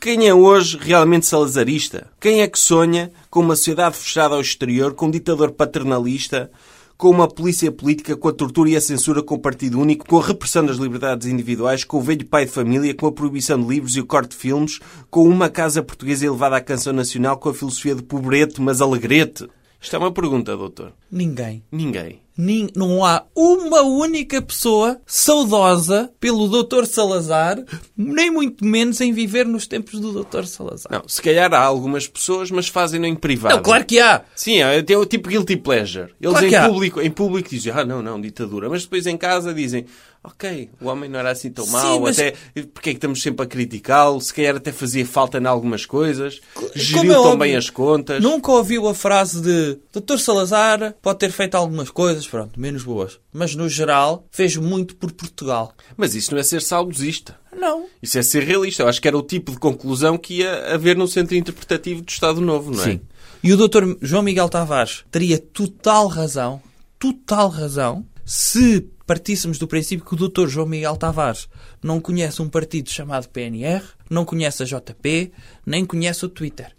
Quem é hoje realmente salazarista? Quem é que sonha com uma sociedade fechada ao exterior, com um ditador paternalista, com uma polícia política, com a tortura e a censura, com o partido único, com a repressão das liberdades individuais, com o velho pai de família, com a proibição de livros e o corte de filmes, com uma casa portuguesa elevada à canção nacional, com a filosofia de pobreto, mas alegrete? Isto é uma pergunta, doutor. Ninguém. Ninguém. Nin- Não há uma única pessoa saudosa pelo Dr. Salazar, nem muito menos em viver nos tempos do Dr. Salazar. Não, se calhar há algumas pessoas, mas fazem-no em privado. Não, claro que há. Sim, é é o tipo guilty pleasure. Eles Claro que em, há. público, em público dizem, ah, não, não, ditadura. Mas depois em casa dizem, ok, o homem não era assim tão Sim, mau, mas- até, porque é que estamos sempre a criticá-lo? Se calhar até fazia falta em algumas coisas, Como geriu é tão óbvio, bem as contas. Nunca ouviu a frase de Dr. Salazar pode ter feito algumas coisas, pronto, menos boas. Mas no geral, fez muito por Portugal. Mas isso não é ser saudosista. Não. Isso é ser realista. Eu acho que era o tipo de conclusão que ia haver no Centro Interpretativo do Estado Novo, não é? Sim. E o Dr. João Miguel Tavares teria total razão, total razão, se partíssemos do princípio que o Dr. João Miguel Tavares não conhece um partido chamado PNR, não conhece a JP, nem conhece o Twitter.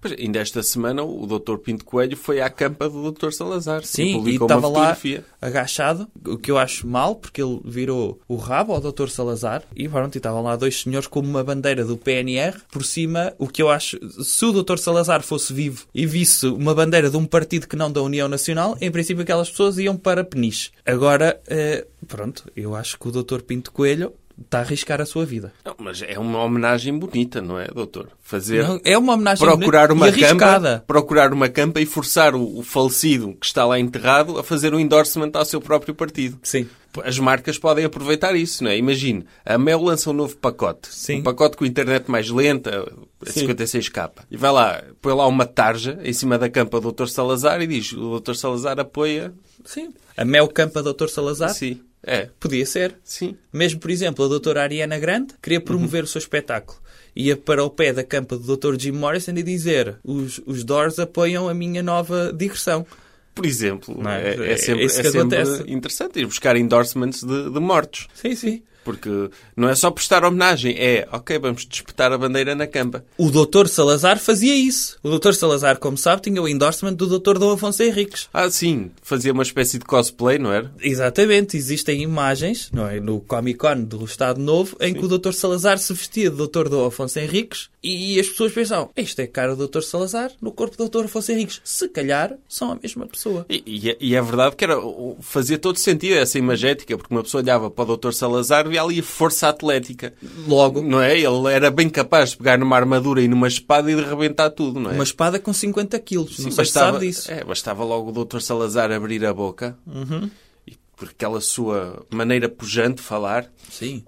Pois, ainda esta semana o Dr. Pinto Coelho foi à campa do Dr. Salazar. e Sim, e publicou estava Tipo, uma lá fotografia. agachado, o que eu acho mal, porque ele virou o rabo ao Dr. Salazar e pronto, e estavam lá dois senhores com uma bandeira do PNR por cima, o que eu acho, se o Dr. Salazar fosse vivo e visse uma bandeira de um partido que não da União Nacional, em princípio aquelas pessoas iam para Peniche. Agora, eh, pronto, eu acho que o Dr. Pinto Coelho está a arriscar a sua vida. Não, mas é uma homenagem bonita, não é, doutor? Fazer Não, é uma homenagem procurar bonita uma e arriscada. campa, procurar uma campa e forçar o, o falecido que está lá enterrado a fazer um endorsement ao seu próprio partido. Sim. As marcas podem aproveitar isso, não é? Imagine, a Mel lança um novo pacote. Sim. Um pacote com internet mais lenta, a Sim. 56k. E vai lá, põe lá uma tarja em cima da campa do Dr. Salazar e diz, o Dr. Salazar apoia... Sim. A Mel Campa Dr. Salazar? Sim. É. Podia ser. Sim. Mesmo, por exemplo, a doutora Ariana Grande queria promover o seu espetáculo. Ia para o pé da campa do Dr. Jim Morrison e dizer os, os Doors apoiam a minha nova digressão. Por exemplo, Não é? é, é É sempre, isso é que sempre acontece. interessante ir buscar endorsements de- de mortos. Sim, sim. Porque não é só prestar homenagem, é ok, vamos despetar a bandeira na campa. O Dr. Salazar fazia isso. O Dr. Salazar, como sabe, tinha o endorsement do Dr. Dom Afonso Henriques. Ah, sim, fazia uma espécie de cosplay, não era? Exatamente, existem imagens não é, no Comic Con do Estado Novo em que o Dr. Salazar se vestia de Dr. Dom Afonso Henriques e as pessoas pensam: este é cara do Dr. Salazar no corpo do Dr. Afonso Henriques. Se calhar são a mesma pessoa. E, e é- e é verdade que era, o- fazia todo sentido essa imagética, porque uma pessoa olhava para o Dr. Salazar e via ali a força atlética. Logo, Não é? Ele era bem capaz de pegar numa armadura e numa espada e de rebentar tudo, não é? Uma espada com 50 quilos. Sim, não sei se sabe disso. Uhum. É, bastava logo o Dr. Salazar abrir a boca e por aquela sua maneira pujante de falar. Sim.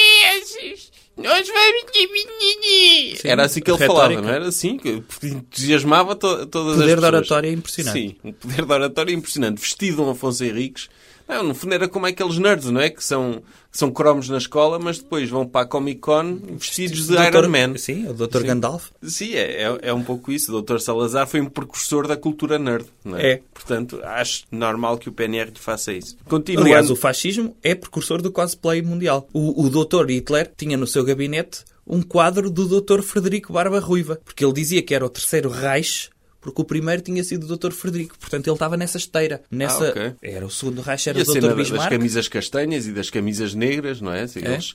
portugueses, nós vamos dividir. era assim que ele retórica. falava, não era assim? Que entusiasmava to todas as Poder pessoas. de oratória é impressionante. Sim, um poder de oratória impressionante. Vestido de um Afonso Henriques. Não, no fundo era como aqueles nerds, não é? Que são, que são cromos na escola, mas depois vão para a Comic Con vestidos de Iron Man. Sim, Sim, o Dr. Gandalf. é, é, é um pouco isso. O Dr. Salazar foi um precursor da cultura nerd, não é? É. Portanto, acho normal que o PNR lhe faça isso. Aliás, Continuando. o fascismo é precursor do cosplay mundial. O, o Dr. Hitler tinha no seu gabinete um quadro do Dr. Frederico Barba Ruiva, porque ele dizia que era o terceiro Reich, porque o primeiro tinha sido o Dr. Frederico. Portanto, ele estava nessa esteira. Nessa... Ah, ok. Era o segundo Reich, era o E a Dr. cena das Bismarck. camisas castanhas e das camisas negras, não é? Assim, Eles,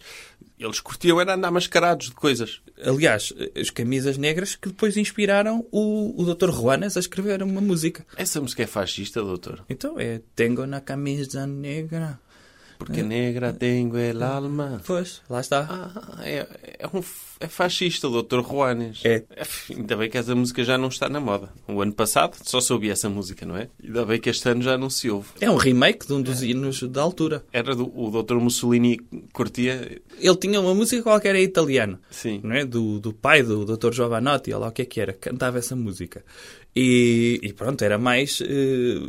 eles curtiam era andar mascarados de coisas. Aliás, as camisas negras que depois inspiraram o, o Dr. Ruanas a escrever uma música. Essa música é fascista, doutor. Então é Tengo na camisa negra. É. Porque negra tenho el alma. Pois, lá está. Ah, é, é, um, f- é fascista, doutor Juanes. É. Ainda bem que essa música já não está na moda. O ano passado só se ouvia essa música, não é? Ainda bem que este ano já não se ouve. É um remake de um dos hinos da altura. Era do, o doutor Mussolini curtia... Ele tinha uma música qualquer em italiano. Sim. Não é? do, do pai do Dr. Giovanotti, ou lá o que é que era, cantava essa música. E, e pronto, era mais, eh,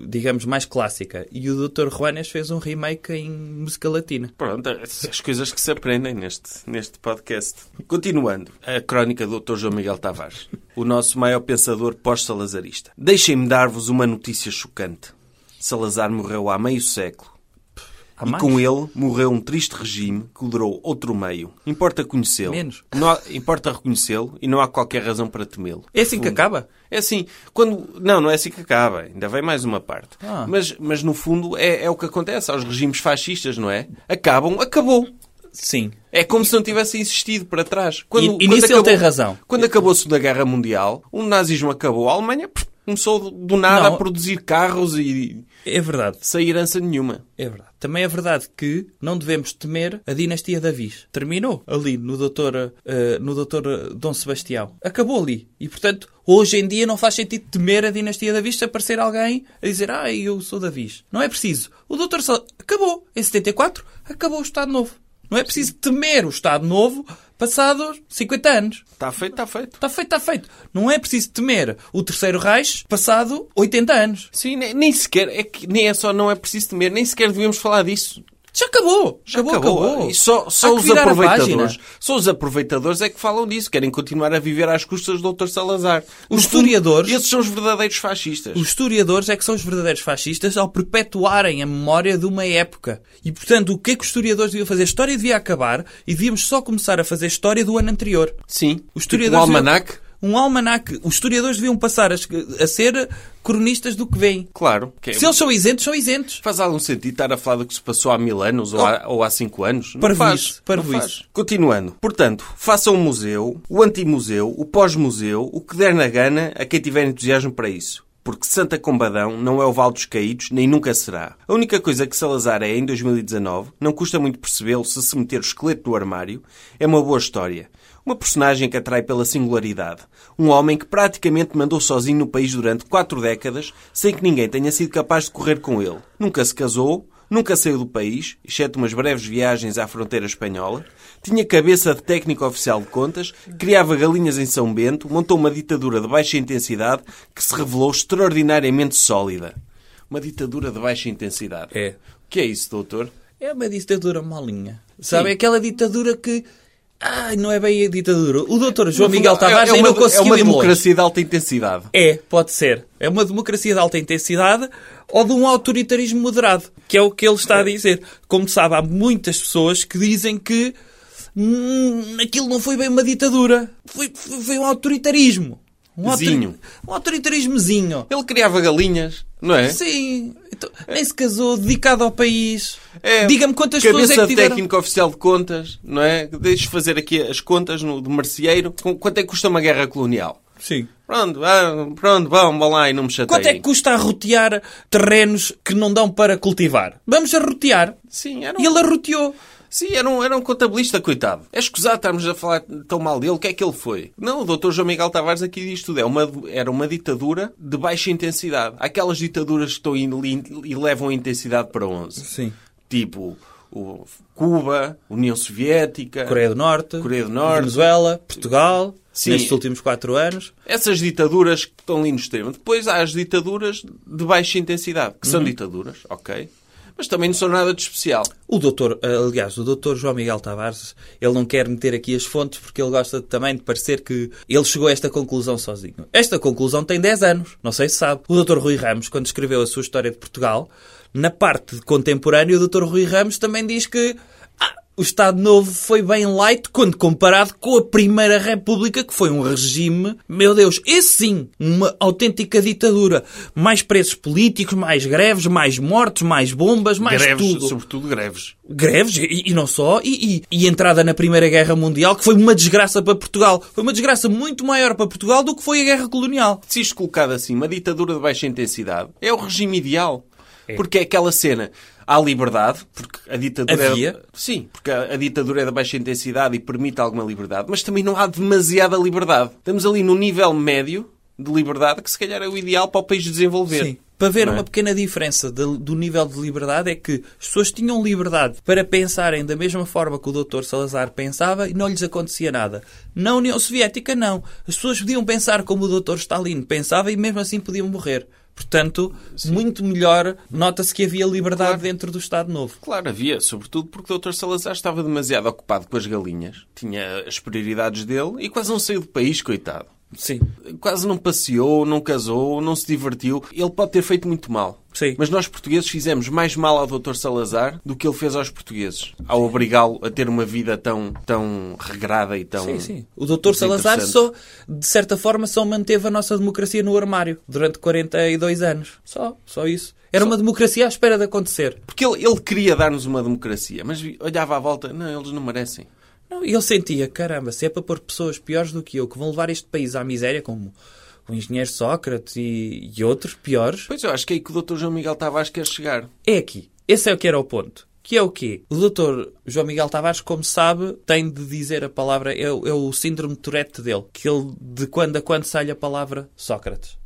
digamos, mais clássica. E o Dr. Juanes fez um remake em música latina. Pronto, as coisas que se aprendem neste, neste podcast. Continuando, a crónica do Dr. João Miguel Tavares, o nosso maior pensador pós-salazarista. Deixem-me dar-vos uma notícia chocante. Salazar morreu há meio século. Há e mais? com ele morreu um triste regime que durou outro meio. Importa conhecê-lo. Menos. Não há- importa reconhecê-lo e não há qualquer razão para temê-lo. É assim que Fundo. acaba? É assim, quando... Não, não é assim que acaba. Ainda vem mais uma parte. Ah. Mas, mas no fundo é, é o que acontece aos regimes fascistas, não é? Acabam, acabou. Sim. É como se não tivesse existido para trás. E- e nisso ele tem razão. Quando acabou a Segunda Guerra Mundial, o nazismo acabou, a Alemanha pff, Começou do nada Não. a produzir carros e É verdade. sem herança nenhuma. É verdade. Também é verdade que não devemos temer a dinastia de Avis. Terminou ali no doutor, eh, no doutor Dom Sebastião. Acabou ali. E, portanto, hoje em dia não faz sentido temer a dinastia de Avis se aparecer alguém a dizer ah, eu sou de Avis. Não é preciso. O doutor só... Acabou. Em 74, acabou o Estado Novo. Não é preciso temer o Estado Novo passados 50 anos. Está feito, está feito. Está feito, está feito. Não é preciso temer o terceiro Reich passado 80 anos. Sim, nem, nem sequer, é que nem é só, não é preciso temer, nem sequer devíamos falar disso. Já acabou. Já acabou, acabou. E só, Há só que os virar a página. aproveitadores. Só os aproveitadores é que falam disso. Querem continuar a viver às custas do Dr. Salazar. No Os fundo, historiadores- Esses são os verdadeiros fascistas. Os historiadores é que são os verdadeiros fascistas ao perpetuarem a memória de uma época. E, portanto, o que é que os historiadores deviam fazer? A história devia acabar e devíamos só começar a fazer história do ano anterior. Sim. Os o historiadores Tipo almanac, Um almanac. Os historiadores deviam passar a, a ser cronistas do que vem. claro. Que é- Se eles são isentos, são isentos. Faz algum sentido estar a falar do que se passou há mil anos ou, há, ou há cinco anos? Oh. Não Parvoíce, faz, não parvoíce. faz. Continuando. Portanto, façam um museu, o anti-museu, o pós-museu, o que der na gana a quem tiver entusiasmo para isso. Porque Santa Combadão não é o Val dos Caídos, nem nunca será. A única coisa que Salazar é em 2019, não custa muito percebê-lo se se meter o esqueleto no armário, é uma boa história. Uma personagem que atrai pela singularidade. Um homem que praticamente mandou sozinho no país durante quatro décadas, sem que ninguém tenha sido capaz de correr com ele. Nunca se casou, Nunca saiu do país, exceto umas breves viagens à fronteira espanhola. Tinha cabeça de técnico oficial de contas, criava galinhas em São Bento, montou uma ditadura de baixa intensidade que se revelou extraordinariamente sólida. Uma ditadura de baixa intensidade. É. O que é isso, doutor? É uma ditadura malinha. Sabe? Aquela ditadura que. Ai, não é bem a ditadura. O doutor João Miguel Tavares é, é uma, ainda conseguiu é uma ir longe. democracia de alta intensidade. É, pode ser. É uma democracia de alta intensidade ou de um autoritarismo moderado, que é o que ele está a dizer. Como sabe, há muitas pessoas que dizem que "Hum, aquilo não foi bem uma ditadura, foi, foi- foi um autoritarismo. Um, Zinho. um autoritarismozinho. Ele criava galinhas, não é? Sim, então, nem se casou, dedicado ao país. É, Diga-me quantas cabeça pessoas é que de tiveram. técnico oficial de contas, não é? Deixe fazer aqui as contas no, de marceeiro. Com- Quanto é que custa uma guerra colonial? Sim. Pronto, ah, pronto, vão, vão lá e não me chateiem. Quanto é que custa arrotear terrenos que não dão para cultivar? Vamos arrotear. Sim, era um, E ele arroteou. sim, era um, era um contabilista, coitado. É escusado estarmos a falar tão mal dele. O que é que ele foi? Não, o doutor João Miguel Tavares aqui diz tudo. É uma, era uma ditadura de baixa intensidade. Aquelas ditaduras que estão in- in- e levam a intensidade para 11. Sim. Tipo o- Cuba, União Soviética... Coreia do Norte, Coreia do Norte. Venezuela, Portugal, Sim. nestes últimos quatro anos. Essas ditaduras que estão ali no extremo. Depois há as ditaduras de baixa intensidade, que Uhum. são ditaduras, ok. Mas também não são nada de especial. O doutor, eh, aliás, o doutor João Miguel Tavares, ele não quer meter aqui as fontes porque ele gosta também de parecer que ele chegou a esta conclusão sozinho. Esta conclusão tem 10 anos, não sei se sabe. O doutor Rui Ramos, quando escreveu a sua História de Portugal, na parte de contemporâneo, o doutor Rui Ramos também diz que ah, o Estado Novo foi bem light quando comparado com a Primeira República, que foi um regime, meu Deus, esse sim, uma autêntica ditadura. Mais presos políticos, mais greves, mais mortos, mais bombas, mais greves, tudo sobretudo greves. greves e, e não só, e, e- e entrada na Primeira Guerra Mundial, que foi uma desgraça para Portugal. Foi uma desgraça muito maior para Portugal do que foi a Guerra Colonial. se isto colocado assim, uma ditadura de baixa intensidade, é o regime ideal. Porque é aquela cena. Há liberdade, porque a ditadura. Havia? É... Sim, porque a a ditadura é da baixa intensidade e permite alguma liberdade, mas também não há demasiada liberdade. Estamos ali num nível médio de liberdade que se calhar é o ideal para o país desenvolver. Sim. Para ver Não é? uma pequena diferença de- do nível de liberdade é que as pessoas tinham liberdade para pensarem da mesma forma que o Dr. Salazar pensava e não lhes acontecia nada. Na União Soviética, não. As pessoas podiam pensar como o Dr. Stalin pensava e mesmo assim podiam morrer. Portanto, muito melhor, nota-se que havia liberdade dentro do Estado Novo. Claro, havia, sobretudo porque o Dr. Salazar estava demasiado ocupado com as galinhas, tinha as prioridades dele e quase não saiu do país, coitado. Sim. quase não passeou, não casou, não se divertiu. Ele pode ter feito muito mal. Sim. Mas nós portugueses fizemos mais mal ao Dr. Salazar do que ele fez aos portugueses, ao obrigá-lo a ter uma vida tão, tão regrada e tão. Sim, sim. Então, é O doutor Salazar só, desinteressante. de certa forma, só manteve a nossa democracia no armário durante 42 anos. Só, só isso. Era uma democracia à espera de acontecer. Porque ele, ele queria dar-nos uma democracia, mas vi- olhava à volta, não, eles não merecem. Não, e ele sentia, caramba, se é para pôr pessoas piores do que eu que vão levar este país à miséria, como o engenheiro Sócrates e, e outros piores. Pois eu acho que é aí que o Dr. João Miguel Tavares quer chegar. É aqui. Esse é o que era o ponto. Que é o quê? O doutor João Miguel Tavares, como sabe, tem de dizer a palavra, é, o- é o síndrome de Tourette dele, que ele de quando a quando sai a palavra Sócrates.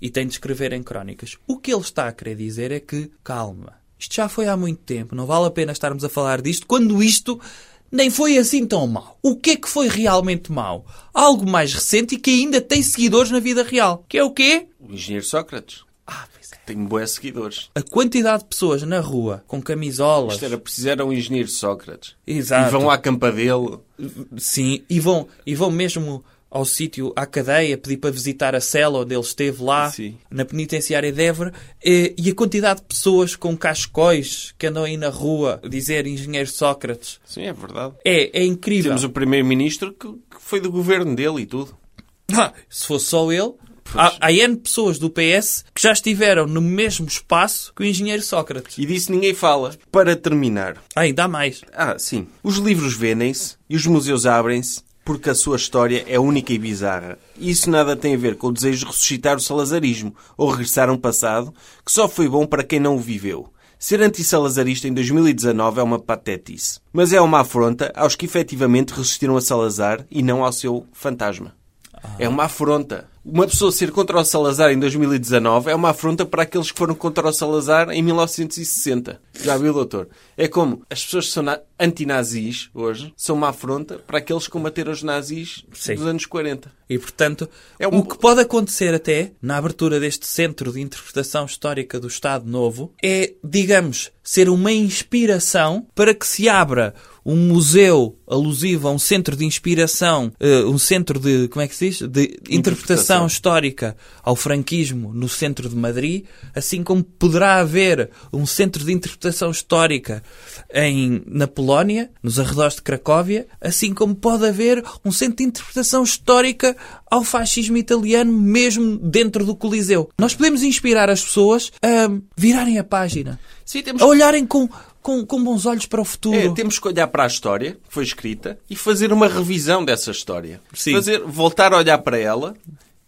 E tem de escrever em crónicas. O que ele está a querer dizer é que, calma, isto já foi há muito tempo, não vale a pena estarmos a falar disto, quando isto nem foi assim tão mau. O que é que foi realmente mau? Algo mais recente e que ainda tem seguidores na vida real. Que é o quê? O engenheiro Sócrates. Ah, pois é. Tem boé seguidores. A quantidade de pessoas na rua com camisolas. Isto era preciso era um engenheiro Sócrates. Exato. E vão à campa dele. Sim, e vão, e vão mesmo ao sítio, à cadeia, pedir para visitar a cela onde ele esteve lá, Sim. na penitenciária de Évora, eh, e a quantidade de pessoas com cascóis que andam aí na rua a dizer engenheiro Sócrates. Sim, é verdade. É, é incrível. Temos um- o primeiro-ministro que, que foi do governo dele e tudo. Ah, se fosse só ele, há, há N pessoas do PS que já estiveram no mesmo espaço que o engenheiro Sócrates. E disso ninguém fala. Para terminar. Ainda há mais. Ah, sim. Os livros vendem-se e os museus abrem-se porque a sua história é única e bizarra. E Isso nada tem a ver com o desejo de ressuscitar o salazarismo ou regressar a um passado que só foi bom para quem não o viveu. Ser anti-salazarista em 2019 é uma patetice. Mas é uma afronta aos que efetivamente resistiram a Salazar e não ao seu fantasma. É uma afronta. Uma pessoa ser contra o Salazar em 2019 é uma afronta para aqueles que foram contra o Salazar em 1960. Já viu, doutor? É como as pessoas que são na- antinazis hoje são uma afronta para aqueles que combateram os nazis Sim. dos anos 40. E, portanto, É um- o que pode acontecer até na abertura deste Centro de Interpretação Histórica do Estado Novo é, digamos, ser uma inspiração para que se abra um museu alusivo a um centro de inspiração, eh, um centro de, como é que se diz? De interpretação, Interpretação. histórica ao franquismo no centro de Madrid, assim como poderá haver um centro de interpretação histórica em, na Polónia, nos arredores de Cracóvia, assim como pode haver um centro de interpretação histórica ao fascismo italiano, mesmo dentro do Coliseu. Nós podemos inspirar as pessoas a virarem a página, Sim, temos a olharem com, com, com bons olhos para o futuro. É, temos que olhar para a história que foi escrita e fazer uma revisão dessa história. Sim. Fazer, voltar a olhar para ela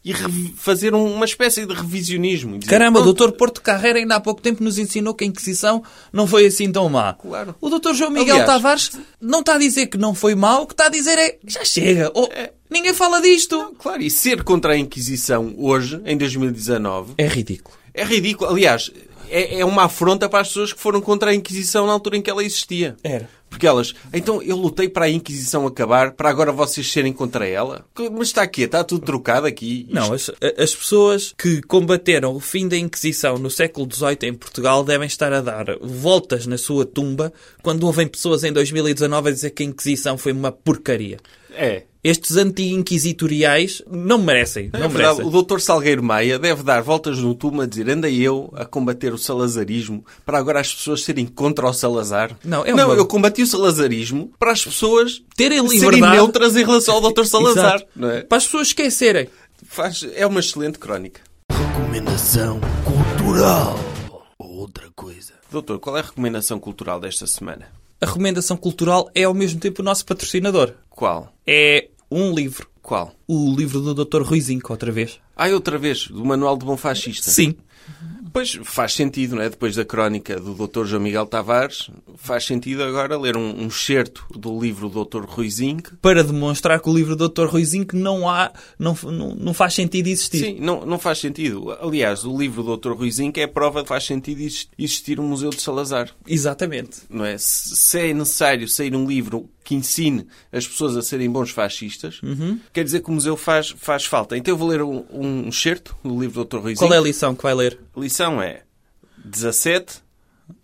e revi- fazer um- uma espécie de revisionismo. Dizer, Caramba, o "Pronto, Dr. Porto Carreira ainda há pouco tempo nos ensinou que a Inquisição não foi assim tão má. Claro. O Dr. João Miguel Aliás- Tavares não está a dizer que não foi mau, o que está a dizer é já chega, ou É. ninguém fala disto. Claro, e ser contra a Inquisição hoje, em 2019, É ridículo. é ridículo. Aliás, é, é uma afronta para as pessoas que foram contra a Inquisição na altura em que ela existia. Era. Porque elas, então eu lutei para a Inquisição acabar, para agora vocês serem contra ela? Mas está aqui, está tudo trocado aqui. Não, as, a- as pessoas que combateram o fim da Inquisição no século XVIII em Portugal devem estar a dar voltas na sua tumba quando ouvem pessoas em 2019 a dizer que a Inquisição foi uma porcaria. É. Estes anti-inquisitoriais não merecem. Não É verdade, merecem. o doutor Salgueiro Maia deve dar voltas no túmulo a dizer andei eu a combater o salazarismo para agora as pessoas serem contra o Salazar. Não, é não uma- eu combati o salazarismo para as pessoas Terem serem liberdade. neutras em relação ao doutor Salazar. Exato. Não é? Para as pessoas esquecerem. Faz... é uma excelente crónica. Recomendação cultural. Ou Outra coisa. Doutor, qual é a recomendação cultural desta semana? A recomendação cultural é ao mesmo tempo o nosso patrocinador. Qual? É um livro. Qual? O livro do Dr. Ruizinho, outra vez. Ah, outra vez, do Manual de Bom Fascista. Sim. Pois faz sentido, não é? Depois da crónica do Dr. João Miguel Tavares, faz sentido agora ler um, um excerto do livro do Dr. Ruizinho, Para demonstrar que o livro do Dr. Ruizinho que não há, não, não, não faz sentido existir. Sim, não, não faz sentido. Aliás, o livro do Dr. Ruizinho que é a prova de que faz sentido ex- existir um Museu de Salazar. Exatamente. Não é? Se se é necessário sair um livro que ensine as pessoas a serem bons fascistas, Uhum. quer dizer que o museu faz, faz falta. Então eu vou ler um, um excerto do livro do Dr. Ruizinho. Qual é a lição que vai ler? A lição é 17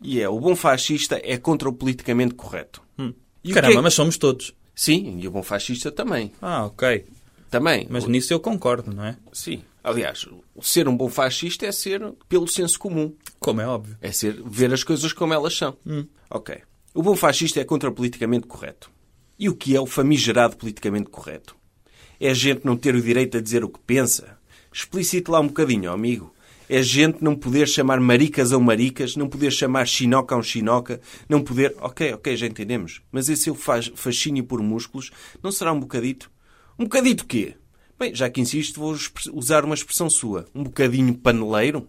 e é o bom fascista é contra o politicamente correto. Hum. E o Caramba, que é- mas somos todos. Sim, e o bom fascista também. Ah, ok. Também. Mas O- nisso eu concordo, não é? Sim. Aliás, o ser um bom fascista é ser pelo senso comum. Como é óbvio. É ser ver as coisas como elas são. Ok. O bom fascista é contra o politicamente correto. E o que é o famigerado politicamente correto? É a gente não ter o direito a dizer o que pensa? Explicite lá um bocadinho, ó amigo. É a gente não poder chamar maricas a um maricas, não poder chamar chinoca a um chinoca, não poder... Ok, ok, já entendemos. Mas esse seu faz- fascínio por músculos não será um bocadito? Um bocadito quê? Bem, já que insisto, vou expre- usar uma expressão sua, um bocadinho paneleiro.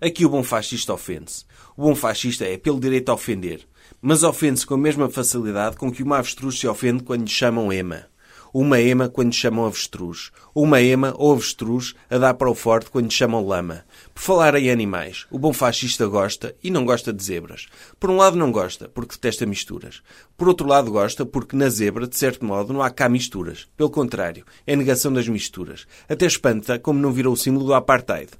Aqui o bom fascista ofende-se. O bom fascista é pelo direito a ofender, mas ofende-se com a mesma facilidade com que uma avestruz se ofende quando lhe chamam ema. Uma ema quando lhe chamam avestruz. Uma ema ou avestruz a dar para o forte quando lhe chamam lama. Por falar em animais, o bom fascista gosta e não gosta de zebras. Por um lado não gosta, porque detesta misturas. Por outro lado gosta porque na zebra, de certo modo, não há cá misturas. Pelo contrário, é negação das misturas. Até espanta como não virou o símbolo do apartheid.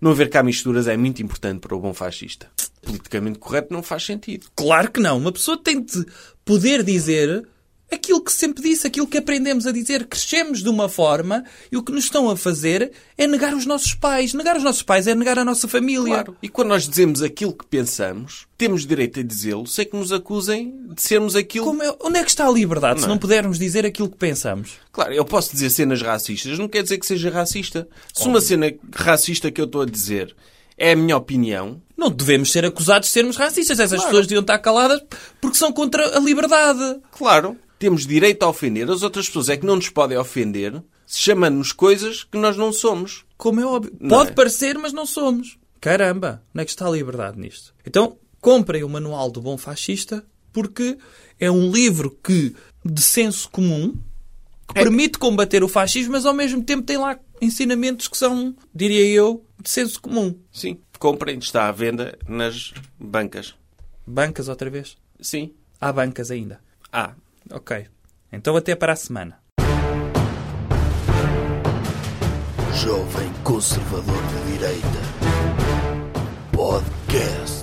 Não haver cá misturas é muito importante para o bom fascista. Politicamente correto não faz sentido. Claro que não. Uma pessoa tem de poder dizer aquilo que sempre disse, aquilo que aprendemos a dizer. Crescemos de uma forma e o que nos estão a fazer é negar os nossos pais. Negar os nossos pais é negar a nossa família. Claro. E quando nós dizemos aquilo que pensamos, temos direito a dizê-lo, sem que nos acusem de sermos aquilo. Como é- Onde é que está a liberdade se Não é? não pudermos dizer aquilo que pensamos? Claro, eu posso dizer cenas racistas, não quer dizer que seja racista. Se uma cena racista que eu estou a dizer é a minha opinião, Não devemos ser acusados de sermos racistas. Essas Claro. pessoas deviam estar caladas porque são contra a liberdade. claro, temos direito a ofender. As outras pessoas é que não nos podem ofender chamando-nos coisas que nós não somos. Como é óbvio. Não Pode é? parecer, mas não somos. Caramba, onde é que está a liberdade nisto? Então, comprem o Manual do Bom Fascista, porque é um livro que, de senso comum, que É. permite combater o fascismo, mas ao mesmo tempo tem lá ensinamentos que são, diria eu, de senso comum. Sim, comprem, está à venda nas bancas. Bancas outra vez? Sim. Há bancas ainda. Ah, Ok. Então até para a semana. Jovem Conservador de Direita. Podcast.